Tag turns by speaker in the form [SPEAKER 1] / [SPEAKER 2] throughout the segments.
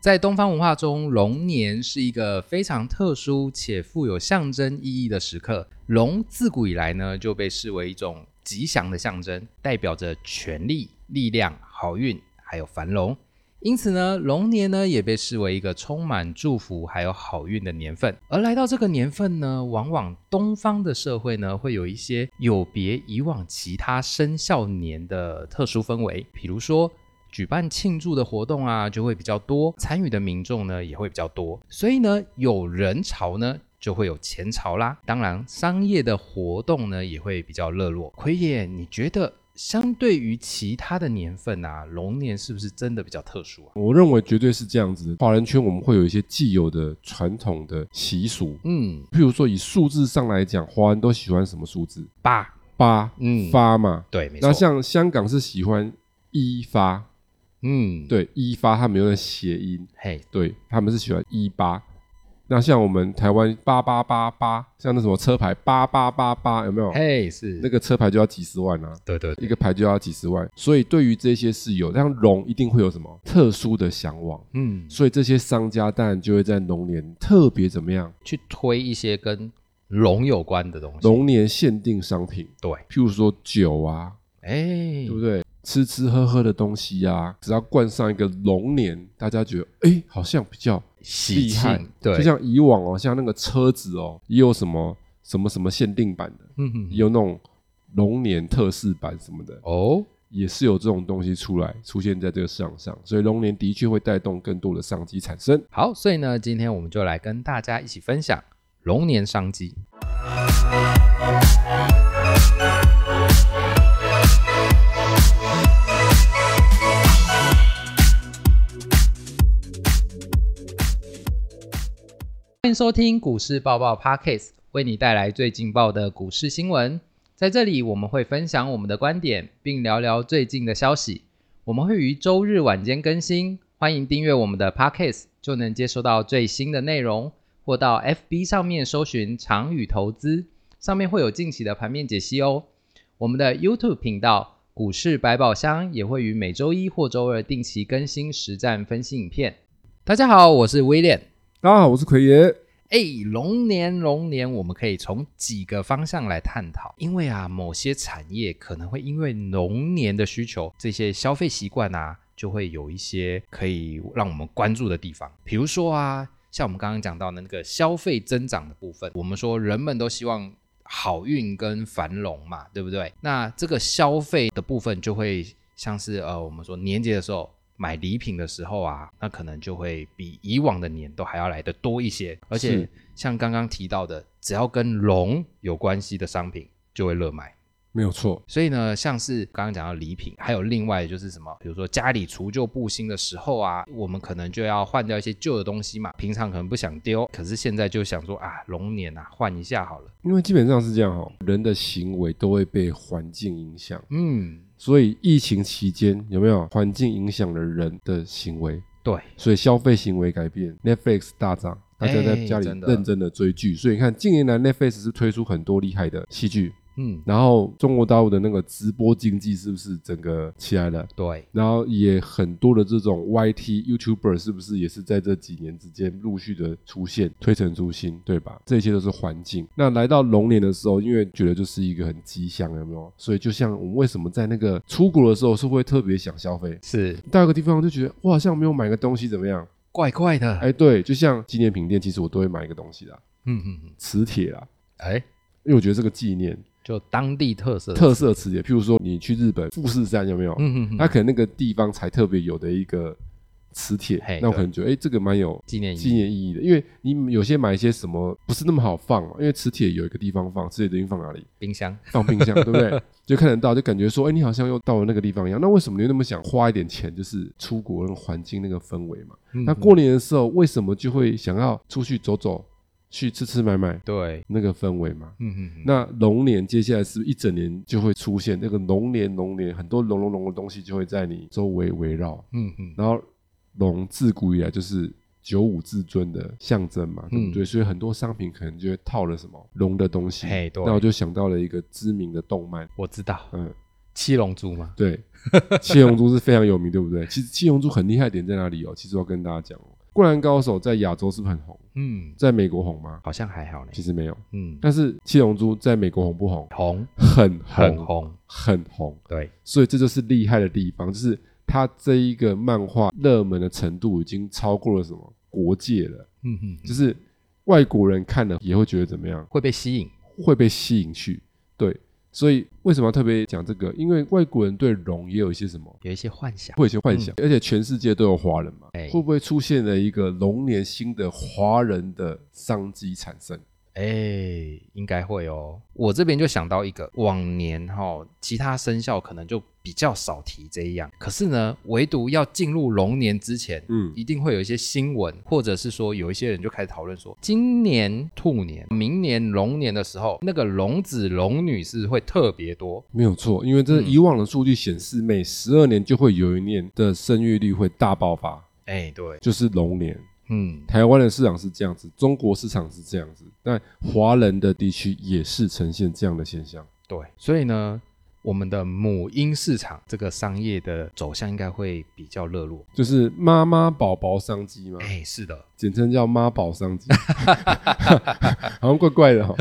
[SPEAKER 1] 在东方文化中，龙年是一个非常特殊且富有象征意义的时刻。龙自古以来呢，就被视为一种吉祥的象征，代表着权力、力量、好运，还有繁荣。因此呢，龙年呢也被视为一个充满祝福还有好运的年份。而来到这个年份呢，往往东方的社会呢会有一些有别以往其他生肖年的特殊氛围，比如说举办庆祝的活动啊就会比较多，参与的民众呢也会比较多，所以呢有人潮呢。就会有钱潮啦，当然商业的活动呢也会比较热络。奎爷，你觉得相对于其他的年份啊，龙年是不是真的比较特殊啊？
[SPEAKER 2] 我认为绝对是这样子的。华人圈我们会有一些既有的传统的习俗，
[SPEAKER 1] 嗯，
[SPEAKER 2] 譬如说以数字上来讲，华人都喜欢什么数字？
[SPEAKER 1] 八，
[SPEAKER 2] 八，
[SPEAKER 1] 嗯
[SPEAKER 2] 发嘛。
[SPEAKER 1] 对，没错。
[SPEAKER 2] 那像香港是喜欢一发，
[SPEAKER 1] 嗯，，
[SPEAKER 2] 对，一发他们有点谐音，
[SPEAKER 1] 嘿，
[SPEAKER 2] 对，他们是喜欢一八。那像我们台湾八八八八，像那什么车牌八八八八，有没有？
[SPEAKER 1] 嘿，是
[SPEAKER 2] 哦那，个车牌就要几十万啊。
[SPEAKER 1] 对对对
[SPEAKER 2] 一个牌就要几十万，所以对于这些是有，像龙一定会有什么特殊的向往，
[SPEAKER 1] 嗯，
[SPEAKER 2] 所以这些商家当然就会在龙年特别怎么样，
[SPEAKER 1] 去推一些跟龙有关的东西。，
[SPEAKER 2] 龙年限定商品，
[SPEAKER 1] 对，
[SPEAKER 2] 譬如说酒啊，
[SPEAKER 1] 哎
[SPEAKER 2] 对，不对？吃吃喝喝的东西啊，只要冠上一个龙年，大家觉得哎，好像比较
[SPEAKER 1] 喜
[SPEAKER 2] 厉害
[SPEAKER 1] 庆，。对，
[SPEAKER 2] 就像以往哦，像那个车子哦，也有什么什么什么限定版的，
[SPEAKER 1] 嗯哼，
[SPEAKER 2] 也有那种龙年特仕版什么的，
[SPEAKER 1] 哦，
[SPEAKER 2] 也是有这种东西出来出现在这个市场上，所以龙年的确会带动更多的商机产生。
[SPEAKER 1] 好，所以呢，今天我们就来跟大家一起分享龙年商机。欢迎收听股市爆爆 Pockets，为你带来最劲爆的股市新闻。在这里，我们会分享我们的观点，并聊聊最近的消息。我们会于周日晚间更新，欢迎订阅我们的 Podcast，就能接收到最新的内容，或到 FB 上面搜寻“长宇投资”，上面会有近期的盘面解析哦。我们的 YouTube 频道“股市百宝箱”也会于每周一或周二定期更新实战分析影片。大家好，我是威廉。
[SPEAKER 2] 大家好，我是奎爷。
[SPEAKER 1] 哎，龙年龙年，我们可以从几个方向来探讨，因为啊，某些产业可能会因为龙年的需求，这些消费习惯啊，就会有一些可以让我们关注的地方。比如说啊，像我们刚刚讲到的那个消费增长的部分，我们说人们都希望好运跟繁荣嘛，对不对？那这个消费的部分就会像是呃，我们说年节的时候买礼品的时候啊，那可能就会比以往的年都还要来的多一些，而且
[SPEAKER 2] 是
[SPEAKER 1] 像刚刚提到的，只要跟龙有关系的商品就会热卖。
[SPEAKER 2] 没有错，
[SPEAKER 1] 所以呢，像是刚刚讲到礼品，还有另外就是什么，比如说家里除旧布新的时候啊，我们可能就要换掉一些旧的东西嘛，平常可能不想丢，可是现在就想说啊，龙年啊换一下好了。
[SPEAKER 2] 因为基本上是这样哦，人的行为都会被环境影响，
[SPEAKER 1] 嗯，
[SPEAKER 2] 所以疫情期间有没有环境影响了人的行为？
[SPEAKER 1] 对，
[SPEAKER 2] 所以消费行为改变，Netflix 大涨，大家在家里
[SPEAKER 1] 哎真的
[SPEAKER 2] 认真的追剧。所以你看，近年来 Netflix 是推出很多厉害的戏剧，
[SPEAKER 1] 嗯，
[SPEAKER 2] 然后中国大陆的那个直播经济是不是整个起来了？
[SPEAKER 1] 对，
[SPEAKER 2] 然后也很多的这种 YT YouTuber 是不是也是在这几年之间陆续的出现推陈出新，对吧？这些都是环境。那来到龙年的时候，因为觉得就是一个很吉祥，有没有？所以就像我们为什么在那个出国的时候是会特别想消费，
[SPEAKER 1] 是
[SPEAKER 2] 到一个地方就觉得我好像没有买个东西怎么样？
[SPEAKER 1] 怪怪的。
[SPEAKER 2] 哎，对，就像纪念品店，其实我都会买一个东西啦，
[SPEAKER 1] 嗯嗯嗯，
[SPEAKER 2] 磁铁啦，
[SPEAKER 1] 哎，
[SPEAKER 2] 因为我觉得这个纪念
[SPEAKER 1] 就当地特色的，
[SPEAKER 2] 特色磁铁，譬如说你去日本富士山有没有？
[SPEAKER 1] 嗯嗯嗯，
[SPEAKER 2] 它可能那个地方才特别有的一个磁铁
[SPEAKER 1] 嘿，
[SPEAKER 2] 那我可能觉得哎、诶这个蛮有
[SPEAKER 1] 纪念意义
[SPEAKER 2] 纪念意义的，因为你有些买一些什么不是那么好放嘛，因为磁铁有一个地方放，磁铁等于放哪里？
[SPEAKER 1] 冰箱，
[SPEAKER 2] 放冰箱，对 不对？就看得到，就感觉说，哎、你好像又到了那个地方一样。那为什么你会那么想花一点钱，就是出国那个环境那个氛围嘛？
[SPEAKER 1] 嗯
[SPEAKER 2] 那过年的时候，为什么就会想要出去走走，去吃吃买买
[SPEAKER 1] 对，
[SPEAKER 2] 那个氛围嘛？
[SPEAKER 1] 嗯嗯嗯，
[SPEAKER 2] 那龙年接下来是不是一整年就会出现那个龙年龙年很多龙龙龙的东西就会在你周围围绕，
[SPEAKER 1] 嗯嗯，
[SPEAKER 2] 然后龙自古以来就是九五至尊的象征嘛，对
[SPEAKER 1] 嗯
[SPEAKER 2] 不对？所以很多商品可能就会套了什么龙的东西
[SPEAKER 1] 嘿对。
[SPEAKER 2] 那我就想到了一个知名的动漫，
[SPEAKER 1] 我知道，
[SPEAKER 2] 嗯，
[SPEAKER 1] 七龙珠嘛，
[SPEAKER 2] 对，七龙珠是非常有名，对不对？其实七龙珠很厉害的点在哪里哦？其实我要跟大家讲哦，灌篮高手》在亚洲是不是很红？
[SPEAKER 1] 嗯，
[SPEAKER 2] 在美国红吗？
[SPEAKER 1] 好像还好呢
[SPEAKER 2] 其。实没有。
[SPEAKER 1] 嗯，
[SPEAKER 2] 但是《七龙珠》在美国红不红？
[SPEAKER 1] 红
[SPEAKER 2] 很
[SPEAKER 1] 很
[SPEAKER 2] 红，
[SPEAKER 1] 红，
[SPEAKER 2] 很红。
[SPEAKER 1] 对，
[SPEAKER 2] 所以这就是厉害的地方，就是它这一个漫画热门的程度已经超过了什么国界了，
[SPEAKER 1] 嗯哼，嗯
[SPEAKER 2] 就是外国人看了也会觉得怎么样？
[SPEAKER 1] 会被吸引。
[SPEAKER 2] 会被吸引去。对，所以为什么要特别讲这个？因为外国人对龙也有一些什么，
[SPEAKER 1] 有一些幻想
[SPEAKER 2] 会有一些幻想，而且全世界都有华人嘛，
[SPEAKER 1] 嗯哎
[SPEAKER 2] 会不会出现了一个龙年新的华人的商机产生？
[SPEAKER 1] 哎、应该会哦。我这边就想到一个，往年哈、其他生肖可能就比较少提这一样，可是呢，唯独要进入龙年之前，
[SPEAKER 2] 嗯
[SPEAKER 1] 一定会有一些新闻，或者是说有一些人就开始讨论说，今年兔年、明年龙年的时候，那个龙子龙女是会特别多。
[SPEAKER 2] 没有错，因为
[SPEAKER 1] 嗯
[SPEAKER 2] 这以往的数据显示，每十二年就会有一年的生育率会大爆发，
[SPEAKER 1] 哎、对，
[SPEAKER 2] 就是龙年。
[SPEAKER 1] 嗯，
[SPEAKER 2] 台湾的市场是这样子，中国市场是这样子，但华人的地区也是呈现这样的现象。
[SPEAKER 1] 对，所以呢，我们的母婴市场这个商业的走向应该会比较热络。
[SPEAKER 2] 就是妈妈宝宝商机吗？
[SPEAKER 1] 哎、是的，
[SPEAKER 2] 简称叫妈宝商机， 好像怪怪的、哦。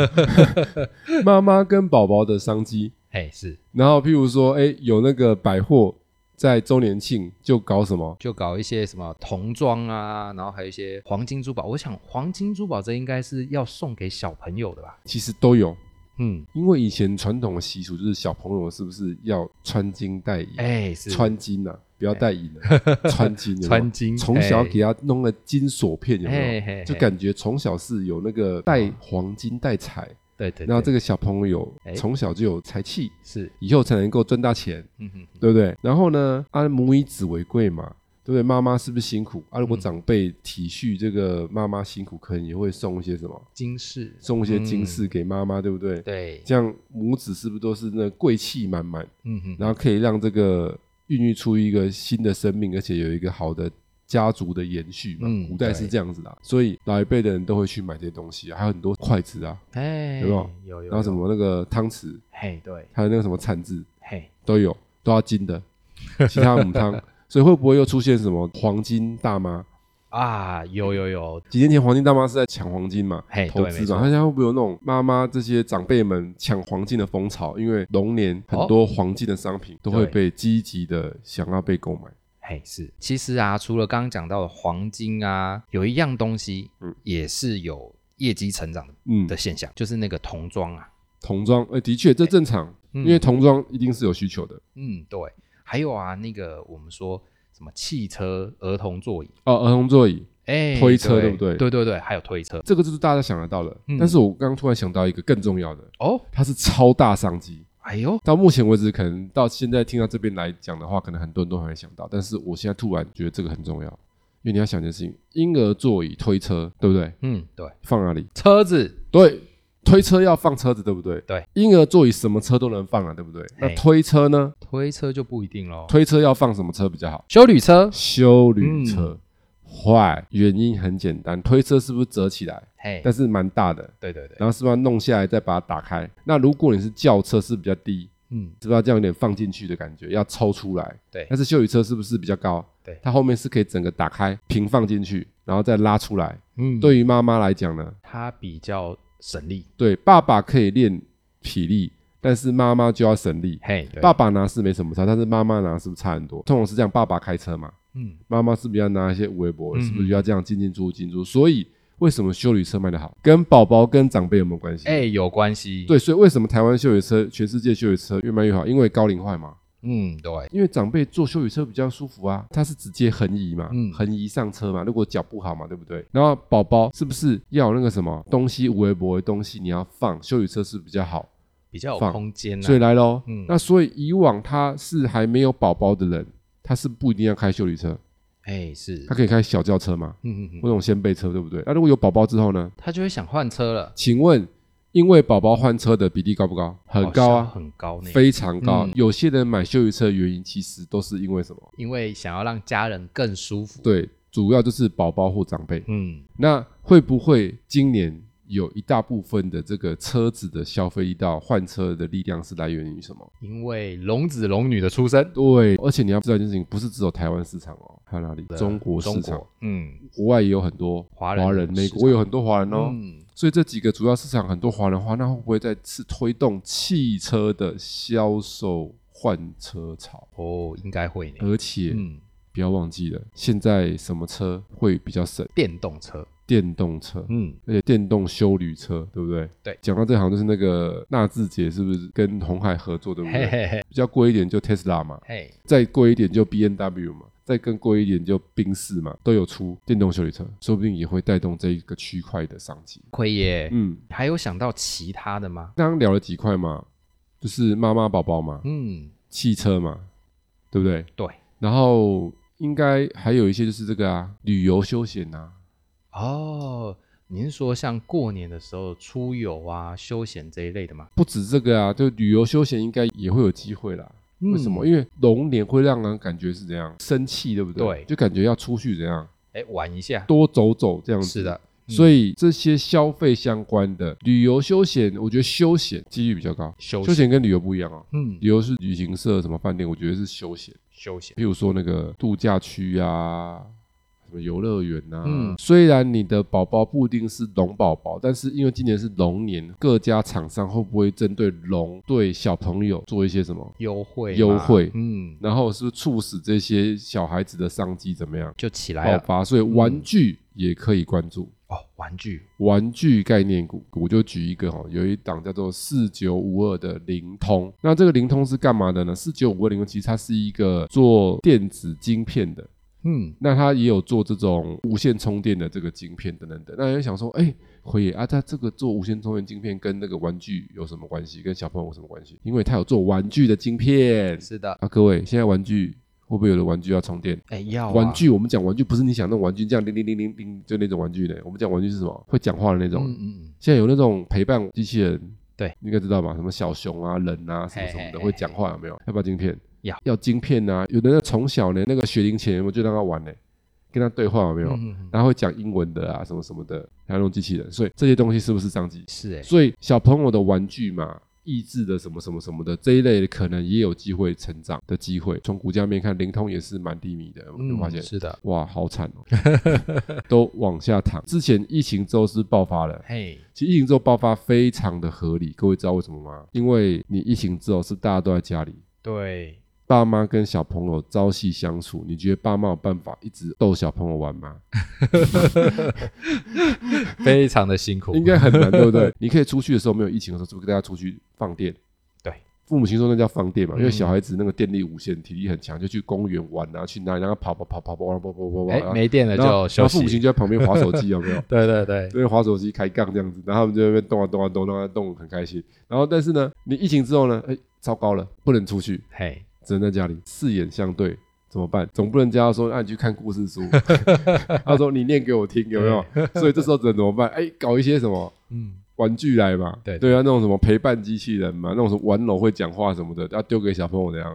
[SPEAKER 2] 妈妈跟宝宝的商机，
[SPEAKER 1] 哎、是，
[SPEAKER 2] 然后譬如说，哎，有那个百货在周年庆就搞什么？
[SPEAKER 1] 就搞一些什么童装啊，然后还有一些黄金珠宝。我想黄金珠宝这应该是要送给小朋友的吧？
[SPEAKER 2] 其实都有，
[SPEAKER 1] 嗯，
[SPEAKER 2] 因为以前传统的习俗就是小朋友是不是要穿金戴银？
[SPEAKER 1] 哎、是
[SPEAKER 2] 穿金呐、啊，不要戴银了，穿金有没有
[SPEAKER 1] 穿金
[SPEAKER 2] 从小
[SPEAKER 1] 哎
[SPEAKER 2] 给他弄了金锁片，有没
[SPEAKER 1] 嘿嘿
[SPEAKER 2] 有？
[SPEAKER 1] 嘿
[SPEAKER 2] 就感觉从小是有那个带黄金带彩，
[SPEAKER 1] 对对对，
[SPEAKER 2] 然后这个小朋友
[SPEAKER 1] 哎
[SPEAKER 2] 从小就有财气，
[SPEAKER 1] 是，
[SPEAKER 2] 以后才能够赚大钱，
[SPEAKER 1] 嗯哼哼，
[SPEAKER 2] 对不对？然后呢，啊，母以子为贵嘛，对不对？妈妈是不是辛苦啊？如
[SPEAKER 1] 嗯
[SPEAKER 2] 果长辈体恤这个妈妈辛苦，可能也会送一些什么，
[SPEAKER 1] 金饰，
[SPEAKER 2] 送一些金饰给妈妈，对不对？
[SPEAKER 1] 嗯对，
[SPEAKER 2] 这样母子是不是都是那贵气满满？
[SPEAKER 1] 嗯哼，
[SPEAKER 2] 然后可以让这个孕育出一个新的生命，而且有一个好的家族的延续嘛。
[SPEAKER 1] 嗯
[SPEAKER 2] 古代是这样子的啊、所以老一辈的人都会去买这些东西、啊，还有很多筷子啊，
[SPEAKER 1] 哎，
[SPEAKER 2] 有没有
[SPEAKER 1] 有有
[SPEAKER 2] 然后什？么那个汤匙，
[SPEAKER 1] 嘿，对，
[SPEAKER 2] 还有那个什么铲子
[SPEAKER 1] 嘿，
[SPEAKER 2] 都有，都要金的，其他母 汤。所以会不会又出现什么黄金大妈？
[SPEAKER 1] 啊，有有有，
[SPEAKER 2] 几年前黄金大妈是在抢黄金嘛
[SPEAKER 1] 嘿，
[SPEAKER 2] 投
[SPEAKER 1] 哎对
[SPEAKER 2] 资
[SPEAKER 1] 没错
[SPEAKER 2] 嘛。她现在会不会有那种妈妈这些长辈们抢黄金的风潮？因为龙年很多黄金的商品都会
[SPEAKER 1] 哦对
[SPEAKER 2] 被积极的想要被购买。
[SPEAKER 1] 嘿，是。其实啊，除了刚刚讲到的黄金啊，有一样东西，
[SPEAKER 2] 嗯
[SPEAKER 1] 也是有业绩成长的
[SPEAKER 2] 嗯，
[SPEAKER 1] 的现象，就是那个童装啊。
[SPEAKER 2] 童装，呃，的确这正常，
[SPEAKER 1] 嗯
[SPEAKER 2] 因为童装一定是有需求的。
[SPEAKER 1] 嗯，对。还有啊，那个我们说什么汽车儿童座椅，
[SPEAKER 2] 哦，儿童座椅，
[SPEAKER 1] 哎，
[SPEAKER 2] 推车对不对
[SPEAKER 1] 对对对，还有推车
[SPEAKER 2] 这个就是大家想得到的。
[SPEAKER 1] 嗯
[SPEAKER 2] 但是我刚刚突然想到一个更重要的，
[SPEAKER 1] 哦。
[SPEAKER 2] 它是超大商机。
[SPEAKER 1] 哎呦，
[SPEAKER 2] 到目前为止，可能到现在听到这边来讲的话，可能很多人都还没想到。但是我现在突然觉得这个很重要，因为你要想一件事情：婴儿座椅推车，对不对？
[SPEAKER 1] 嗯，对，
[SPEAKER 2] 放哪里？
[SPEAKER 1] 车子
[SPEAKER 2] 对，推车要放车子，对不对？
[SPEAKER 1] 对。
[SPEAKER 2] 婴儿座椅什么车都能放啊，对不对？那
[SPEAKER 1] 嘿
[SPEAKER 2] 推车呢？
[SPEAKER 1] 推车就不一定喽。
[SPEAKER 2] 推车要放什么车比较好？
[SPEAKER 1] 修旅车，
[SPEAKER 2] 修旅
[SPEAKER 1] 嗯
[SPEAKER 2] 车坏、原因很简单，推车是不是折起来？
[SPEAKER 1] 嘿，
[SPEAKER 2] 但是蛮大的，
[SPEAKER 1] 对对对，
[SPEAKER 2] 然后是不是要弄下来再把它打开？那如果你是轿车是比较低，
[SPEAKER 1] 嗯，
[SPEAKER 2] 是不是要这样有点放进去的感觉，要抽出来？
[SPEAKER 1] 对
[SPEAKER 2] 但是修理车是不是比较高？
[SPEAKER 1] 对
[SPEAKER 2] 它后面是可以整个打开平放进去，然后再拉出来。
[SPEAKER 1] 嗯，，
[SPEAKER 2] 对于妈妈来讲呢，
[SPEAKER 1] 它比较省力，
[SPEAKER 2] 对爸爸可以练体力，但是妈妈就要省力。
[SPEAKER 1] 嘿，对
[SPEAKER 2] 爸，爸拿是没什么差，但是妈妈拿是不是差很多？通常是这样，爸爸开车嘛，
[SPEAKER 1] 嗯，
[SPEAKER 2] 妈妈是不是要拿一些微博，
[SPEAKER 1] 嗯
[SPEAKER 2] 是不是要这样进进出出进出？所以为什么修理车卖得好，跟宝宝跟长辈有没有关系？
[SPEAKER 1] 哎，有关系，，
[SPEAKER 2] 对，所以为什么台湾修理车，全世界修理车越卖越好？因为高龄化嘛，
[SPEAKER 1] 嗯，对，
[SPEAKER 2] 因为长辈坐修理车比较舒服啊，他是直接横移嘛，
[SPEAKER 1] 嗯
[SPEAKER 2] 横移上车嘛，如果脚不好嘛，对不对？然后宝宝是不是要有那个什么东西微博的东西你要放，修理车是比较好，
[SPEAKER 1] 比较有
[SPEAKER 2] 放
[SPEAKER 1] 空间呐
[SPEAKER 2] 所以。来喽。
[SPEAKER 1] 嗯
[SPEAKER 2] 那所以以往他是还没有宝宝的人，他是不一定要开修理车，
[SPEAKER 1] 哎，是
[SPEAKER 2] 他，可以开小轿车嘛。
[SPEAKER 1] 嗯嗯
[SPEAKER 2] 或
[SPEAKER 1] 嗯，
[SPEAKER 2] 那种先备车，对不对？那、如果有宝宝之后呢？
[SPEAKER 1] 他就会想换车了，
[SPEAKER 2] 请问，因为宝宝换车的比例高不高？很高
[SPEAKER 1] 好像
[SPEAKER 2] 啊，
[SPEAKER 1] 很高呢，
[SPEAKER 2] 非常高。啊
[SPEAKER 1] 嗯
[SPEAKER 2] 有些人买休旅车的原因，其实都是因为什么？
[SPEAKER 1] 因为想要让家人更舒服。
[SPEAKER 2] 对，主要就是宝宝或长辈。
[SPEAKER 1] 嗯，
[SPEAKER 2] 那会不会今年有一大部分的这个车子的消费力道换车的力量是来源于什么？
[SPEAKER 1] 因为龙子龙女的出身，
[SPEAKER 2] 对，而且你要知道一件事情，不是只有台湾市场哦，还有哪里？中国市
[SPEAKER 1] 啊中
[SPEAKER 2] 场，
[SPEAKER 1] 国，嗯，
[SPEAKER 2] 国外也有很多
[SPEAKER 1] 华人
[SPEAKER 2] 人，
[SPEAKER 1] 市
[SPEAKER 2] 美
[SPEAKER 1] 场
[SPEAKER 2] 国有很多华人哦。
[SPEAKER 1] 嗯，
[SPEAKER 2] 所以这几个主要市场很多华人化，那会不会再次推动汽车的销售换车潮？
[SPEAKER 1] 哦，应该会呢，
[SPEAKER 2] 而且、
[SPEAKER 1] 嗯，
[SPEAKER 2] 不要忘记了，现在什么车会比较省？
[SPEAKER 1] 电动车，
[SPEAKER 2] 电动车。
[SPEAKER 1] 嗯，
[SPEAKER 2] 而且电动修旅车，对不对？
[SPEAKER 1] 对
[SPEAKER 2] 讲到这行就是那个纳智捷，是不是跟红海合作，对不
[SPEAKER 1] 嘿
[SPEAKER 2] 对？
[SPEAKER 1] 嘿嘿，
[SPEAKER 2] 比较贵一点就 Tesla 嘛，
[SPEAKER 1] 嘿，
[SPEAKER 2] 再贵一点就 B N W 嘛，再更贵一点就宾士嘛，都有出电动修理车，说不定也会带动这一个区块的商机。
[SPEAKER 1] 亏耶，
[SPEAKER 2] 嗯，
[SPEAKER 1] 还有想到其他的吗？
[SPEAKER 2] 刚刚聊了几块嘛，就是妈妈宝宝嘛，
[SPEAKER 1] 嗯，
[SPEAKER 2] 汽车嘛，对不对？
[SPEAKER 1] 对，
[SPEAKER 2] 然后应该还有一些就是这个啊，旅游休闲啊，
[SPEAKER 1] 哦，您说像过年的时候出游啊、休闲这一类的吗？
[SPEAKER 2] 不止这个啊，就旅游休闲应该也会有机会啦。
[SPEAKER 1] 嗯
[SPEAKER 2] 为什么？？因为龙年会让人感觉是怎样生气，对不对？
[SPEAKER 1] 对
[SPEAKER 2] 就感觉要出去怎样
[SPEAKER 1] 哎，玩一下，
[SPEAKER 2] 多走走这样子。
[SPEAKER 1] 是的，嗯
[SPEAKER 2] 所以这些消费相关的旅游休闲，我觉得休闲几率比较高。
[SPEAKER 1] 休
[SPEAKER 2] 休
[SPEAKER 1] 闲，
[SPEAKER 2] 闲跟旅游不一样哦，
[SPEAKER 1] 嗯，
[SPEAKER 2] 旅游是旅行社什么饭店，我觉得是休闲，
[SPEAKER 1] 休闲，
[SPEAKER 2] 譬如说那个度假区啊。什么游乐园呐、
[SPEAKER 1] 嗯
[SPEAKER 2] 虽然你的宝宝不一定是龙宝宝，但是因为今年是龙年，各家厂商会不会针对龙对小朋友做一些什么
[SPEAKER 1] 优惠嘛，
[SPEAKER 2] 优惠
[SPEAKER 1] 嗯，
[SPEAKER 2] 然后是不是促使这些小孩子的商机怎么样
[SPEAKER 1] 就起来
[SPEAKER 2] 爆
[SPEAKER 1] 了。
[SPEAKER 2] 发？所以玩具也可以关注。
[SPEAKER 1] 哦，玩具，
[SPEAKER 2] 玩具概念股，我就举一个哈，有一档叫做四九五二的灵通。那这个灵通是干嘛的呢？四九五二灵通其实它是一个做电子晶片的，
[SPEAKER 1] 嗯，
[SPEAKER 2] 那它也有做这种无线充电的这个晶片等等等。那有人想说，哎、辉爷啊，它这个做无线充电晶片跟那个玩具有什么关系？跟小朋友有什么关系？因为它有做玩具的晶片，
[SPEAKER 1] 是的，
[SPEAKER 2] 啊，各位，现在玩具会不会有的玩具要充电？
[SPEAKER 1] 哎，要啊
[SPEAKER 2] 玩，具，我们讲玩具不是你想那种玩具，这样铃铃铃铃铃就那种玩具呢。我们讲玩具是什么？会讲话的那种。
[SPEAKER 1] 嗯嗯嗯，
[SPEAKER 2] 现在有那种陪伴机器人，
[SPEAKER 1] 对，
[SPEAKER 2] 应该知道吧？什么小熊啊、人啊，什么什么
[SPEAKER 1] 嘿嘿
[SPEAKER 2] 的，
[SPEAKER 1] 嘿
[SPEAKER 2] 会讲话有没有？要不要晶片？
[SPEAKER 1] 要，
[SPEAKER 2] 要晶片啊！有的人从小呢，那个学龄前我就让他玩呢，跟他对话有没有？
[SPEAKER 1] 嗯嗯嗯
[SPEAKER 2] 然后会讲英文的啊，什么什么的，还有那种机器人，所以这些东西是不是商机？
[SPEAKER 1] 是哎，
[SPEAKER 2] 所以小朋友的玩具嘛，益智的什么什么什么的这一类的，可能也有机会成长的机会。从股价面看，灵通也是蛮低迷的，我
[SPEAKER 1] 嗯
[SPEAKER 2] 就发现。
[SPEAKER 1] 是的，
[SPEAKER 2] 哇，好惨哦，都往下躺。之前疫情之后是爆发了，
[SPEAKER 1] 嘿，
[SPEAKER 2] 其实疫情之后爆发非常的合理，各位知道为什么吗？因为你疫情之后是大家都在家里，
[SPEAKER 1] 对，
[SPEAKER 2] 爸妈跟小朋友朝夕相处，你觉得爸妈有办法一直逗小朋友玩吗？
[SPEAKER 1] 非常的辛苦，
[SPEAKER 2] 应该很难，对不对？你可以出去的时候没有疫情的时候，是不是跟大家出去放电？
[SPEAKER 1] 对，
[SPEAKER 2] 父母亲说那叫放电嘛，因为
[SPEAKER 1] 嗯
[SPEAKER 2] 小孩子那个电力无限，体力很强，就去公园玩啊，去哪里，然后跑跑跑跑跑跑跑跑跑跑，
[SPEAKER 1] 哎
[SPEAKER 2] 然，后
[SPEAKER 1] 没电了
[SPEAKER 2] 然后
[SPEAKER 1] 就
[SPEAKER 2] 然
[SPEAKER 1] 休
[SPEAKER 2] 后父母亲
[SPEAKER 1] 息，
[SPEAKER 2] 就在旁边划手机，有没有？
[SPEAKER 1] 对对对，
[SPEAKER 2] 因为滑手机开杠这样子，然后他们就在那边动啊动啊动啊动，很开心。然后但是呢，你疫情之后呢，哎，糟糕了，不能出去，
[SPEAKER 1] 嘿，
[SPEAKER 2] 只能在家里，四眼相对。怎么办？总不能叫他说，那、啊你去看故事书。 他说你念给我听，有没有？所以这时候只能怎么办？哎、搞一些什么
[SPEAKER 1] 嗯，
[SPEAKER 2] 玩具来嘛？
[SPEAKER 1] 对
[SPEAKER 2] 对啊，那种什么陪伴机器人嘛，那种什么玩偶会讲话什么的，要、丢给小朋友怎样？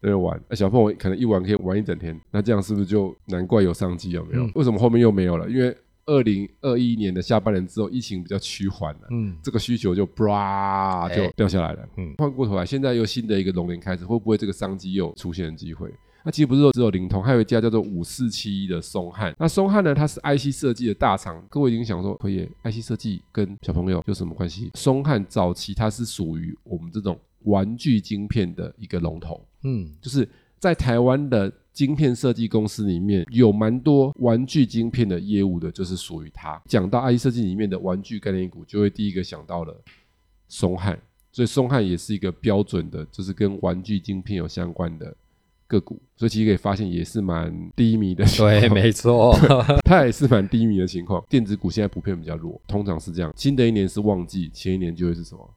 [SPEAKER 2] 在那玩、啊小朋友可能一玩可以玩一整天，那这样是不是就难怪有商机？有没有？
[SPEAKER 1] 嗯
[SPEAKER 2] 为什么后面又没有了？因为二零二一年的下半年之后，疫情比较趋缓了。
[SPEAKER 1] 嗯，
[SPEAKER 2] 这个需求就啪
[SPEAKER 1] 哎
[SPEAKER 2] 就掉下来了。
[SPEAKER 1] 嗯
[SPEAKER 2] 换过头来，现在又新的一个龙年开始，会不会这个商机又出现的机会？那其实不是说只有灵通，还有一家叫做五四七一的松汉。那松汉呢，它是 IC 设计的大厂。各位已经想说，可以 IC 设计跟小朋友有什么关系？松汉早期它是属于我们这种玩具晶片的一个龙头。
[SPEAKER 1] 嗯，
[SPEAKER 2] 就是在台湾的晶片设计公司里面，有蛮多玩具晶片的业务的，就是属于它。讲到 IE 设计里面的玩具概念股，就会第一个想到了松汉，所以松汉也是一个标准的，就是跟玩具晶片有相关的。个股，所以其实可以发现也是蛮低迷的情 况，
[SPEAKER 1] 对，没错，
[SPEAKER 2] 它也是蛮低迷的情况。电子股现在普遍比较弱，通常是这样。新的一年是旺季，前一年就会是什么？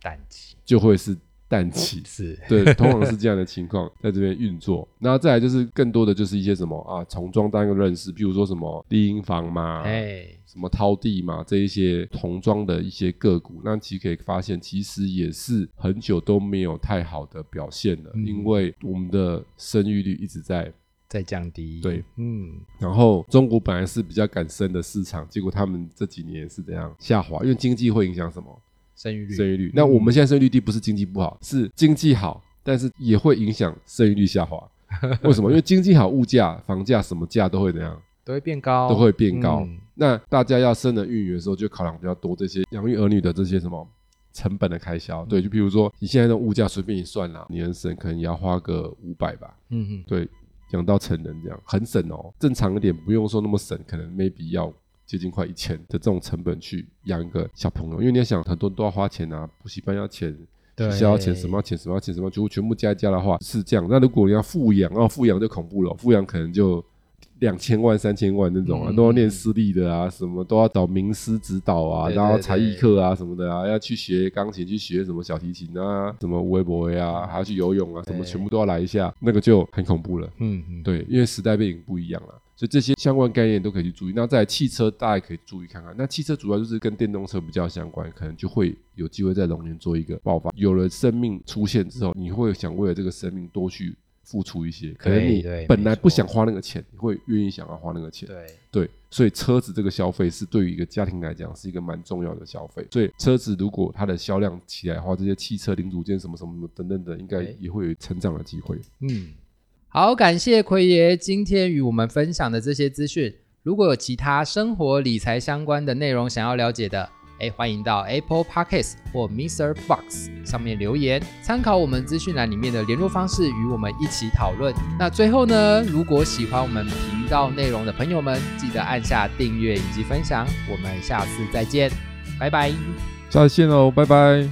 [SPEAKER 1] 淡季
[SPEAKER 2] 就会是淡季。
[SPEAKER 1] 是，
[SPEAKER 2] 对，通常是这样的情况在这边运作。那再来就是更多的就是一些什么啊，从装单个认识，譬如说什么丽婴房嘛，
[SPEAKER 1] 哎，
[SPEAKER 2] 什么涛地嘛，这一些童装的一些个股，那其实可以发现，其实也是很久都没有太好的表现了，
[SPEAKER 1] 嗯
[SPEAKER 2] 因为我们的生育率一直在
[SPEAKER 1] 再降低。
[SPEAKER 2] 对，
[SPEAKER 1] 嗯，
[SPEAKER 2] 然后中国本来是比较敢升的市场，结果他们这几年是怎样下滑？因为经济会影响什么？
[SPEAKER 1] 生育率，
[SPEAKER 2] 生育率。嗯那我们现在生育率低，不是经济不好，是经济好，但是也会影响生育率下 滑。为什么？因为经济好，物价、房价什么价都会怎样？
[SPEAKER 1] 都会变高，
[SPEAKER 2] 都会变高
[SPEAKER 1] 嗯。
[SPEAKER 2] 那大家要生儿育女的时候，就考量比较多这些养育儿女的这些什么成本的开销。对，就比如说你现在的物价随便一算啦，你能省可能也要花个五百吧。
[SPEAKER 1] 嗯嗯，
[SPEAKER 2] 对，养到成人这样很省哦，正常一点不用说那么省，可能 maybe 要接近快一千的这种成本去养一个小朋友，因为你要想很多人都要花钱啊，补习班要钱。
[SPEAKER 1] 对
[SPEAKER 2] 学校要钱什么要钱什么要钱什么，全部全部加一加的话是这样。那如果你要富养，哦，富养就恐怖了，富养可能就两千万、三千万那种啊，
[SPEAKER 1] 嗯
[SPEAKER 2] 都要念私立的啊，什么都要找名师指导啊，
[SPEAKER 1] 对
[SPEAKER 2] 然后
[SPEAKER 1] 对
[SPEAKER 2] 才艺课啊什么的啊，要去学钢琴，去学什么小提琴啊，什么微博啊，还要去游泳啊，什么
[SPEAKER 1] 对
[SPEAKER 2] 全部都要来一下，那个就很恐怖了。
[SPEAKER 1] 嗯嗯，
[SPEAKER 2] 对，因为时代背景不一样了，所以这些相关概念都可以去注意。那在汽车，大家可以注意看看。那汽车主要就是跟电动车比较相关，可能就会有机会在龙年做一个爆发。有了生命出现之后，你会想为了这个生命多去付出一些，可能
[SPEAKER 1] 对
[SPEAKER 2] 你
[SPEAKER 1] 对
[SPEAKER 2] 本来
[SPEAKER 1] 没
[SPEAKER 2] 不
[SPEAKER 1] 错
[SPEAKER 2] 想花那个钱，你会愿意想要花那个钱。
[SPEAKER 1] 对，
[SPEAKER 2] 对，所以车子这个消费是对于一个家庭来讲是一个蛮重要的消费。所以车子如果它的销量起来的话，这些汽车零组件什么什么等等等，应该
[SPEAKER 1] 对
[SPEAKER 2] 也会有成长的机会。
[SPEAKER 1] 嗯，好，感谢奎爷今天与我们分享的这些资讯。如果有其他生活理财相关的内容想要了解的，哎，欢迎到 Apple Podcasts 或 Mr. Box 上面留言，参考我们资讯栏里面的联络方式，与我们一起讨论。那最后呢，如果喜欢我们频道内容的朋友们，记得按下订阅以及分享。我们下次再见，拜拜。
[SPEAKER 2] 下次见喽，拜拜。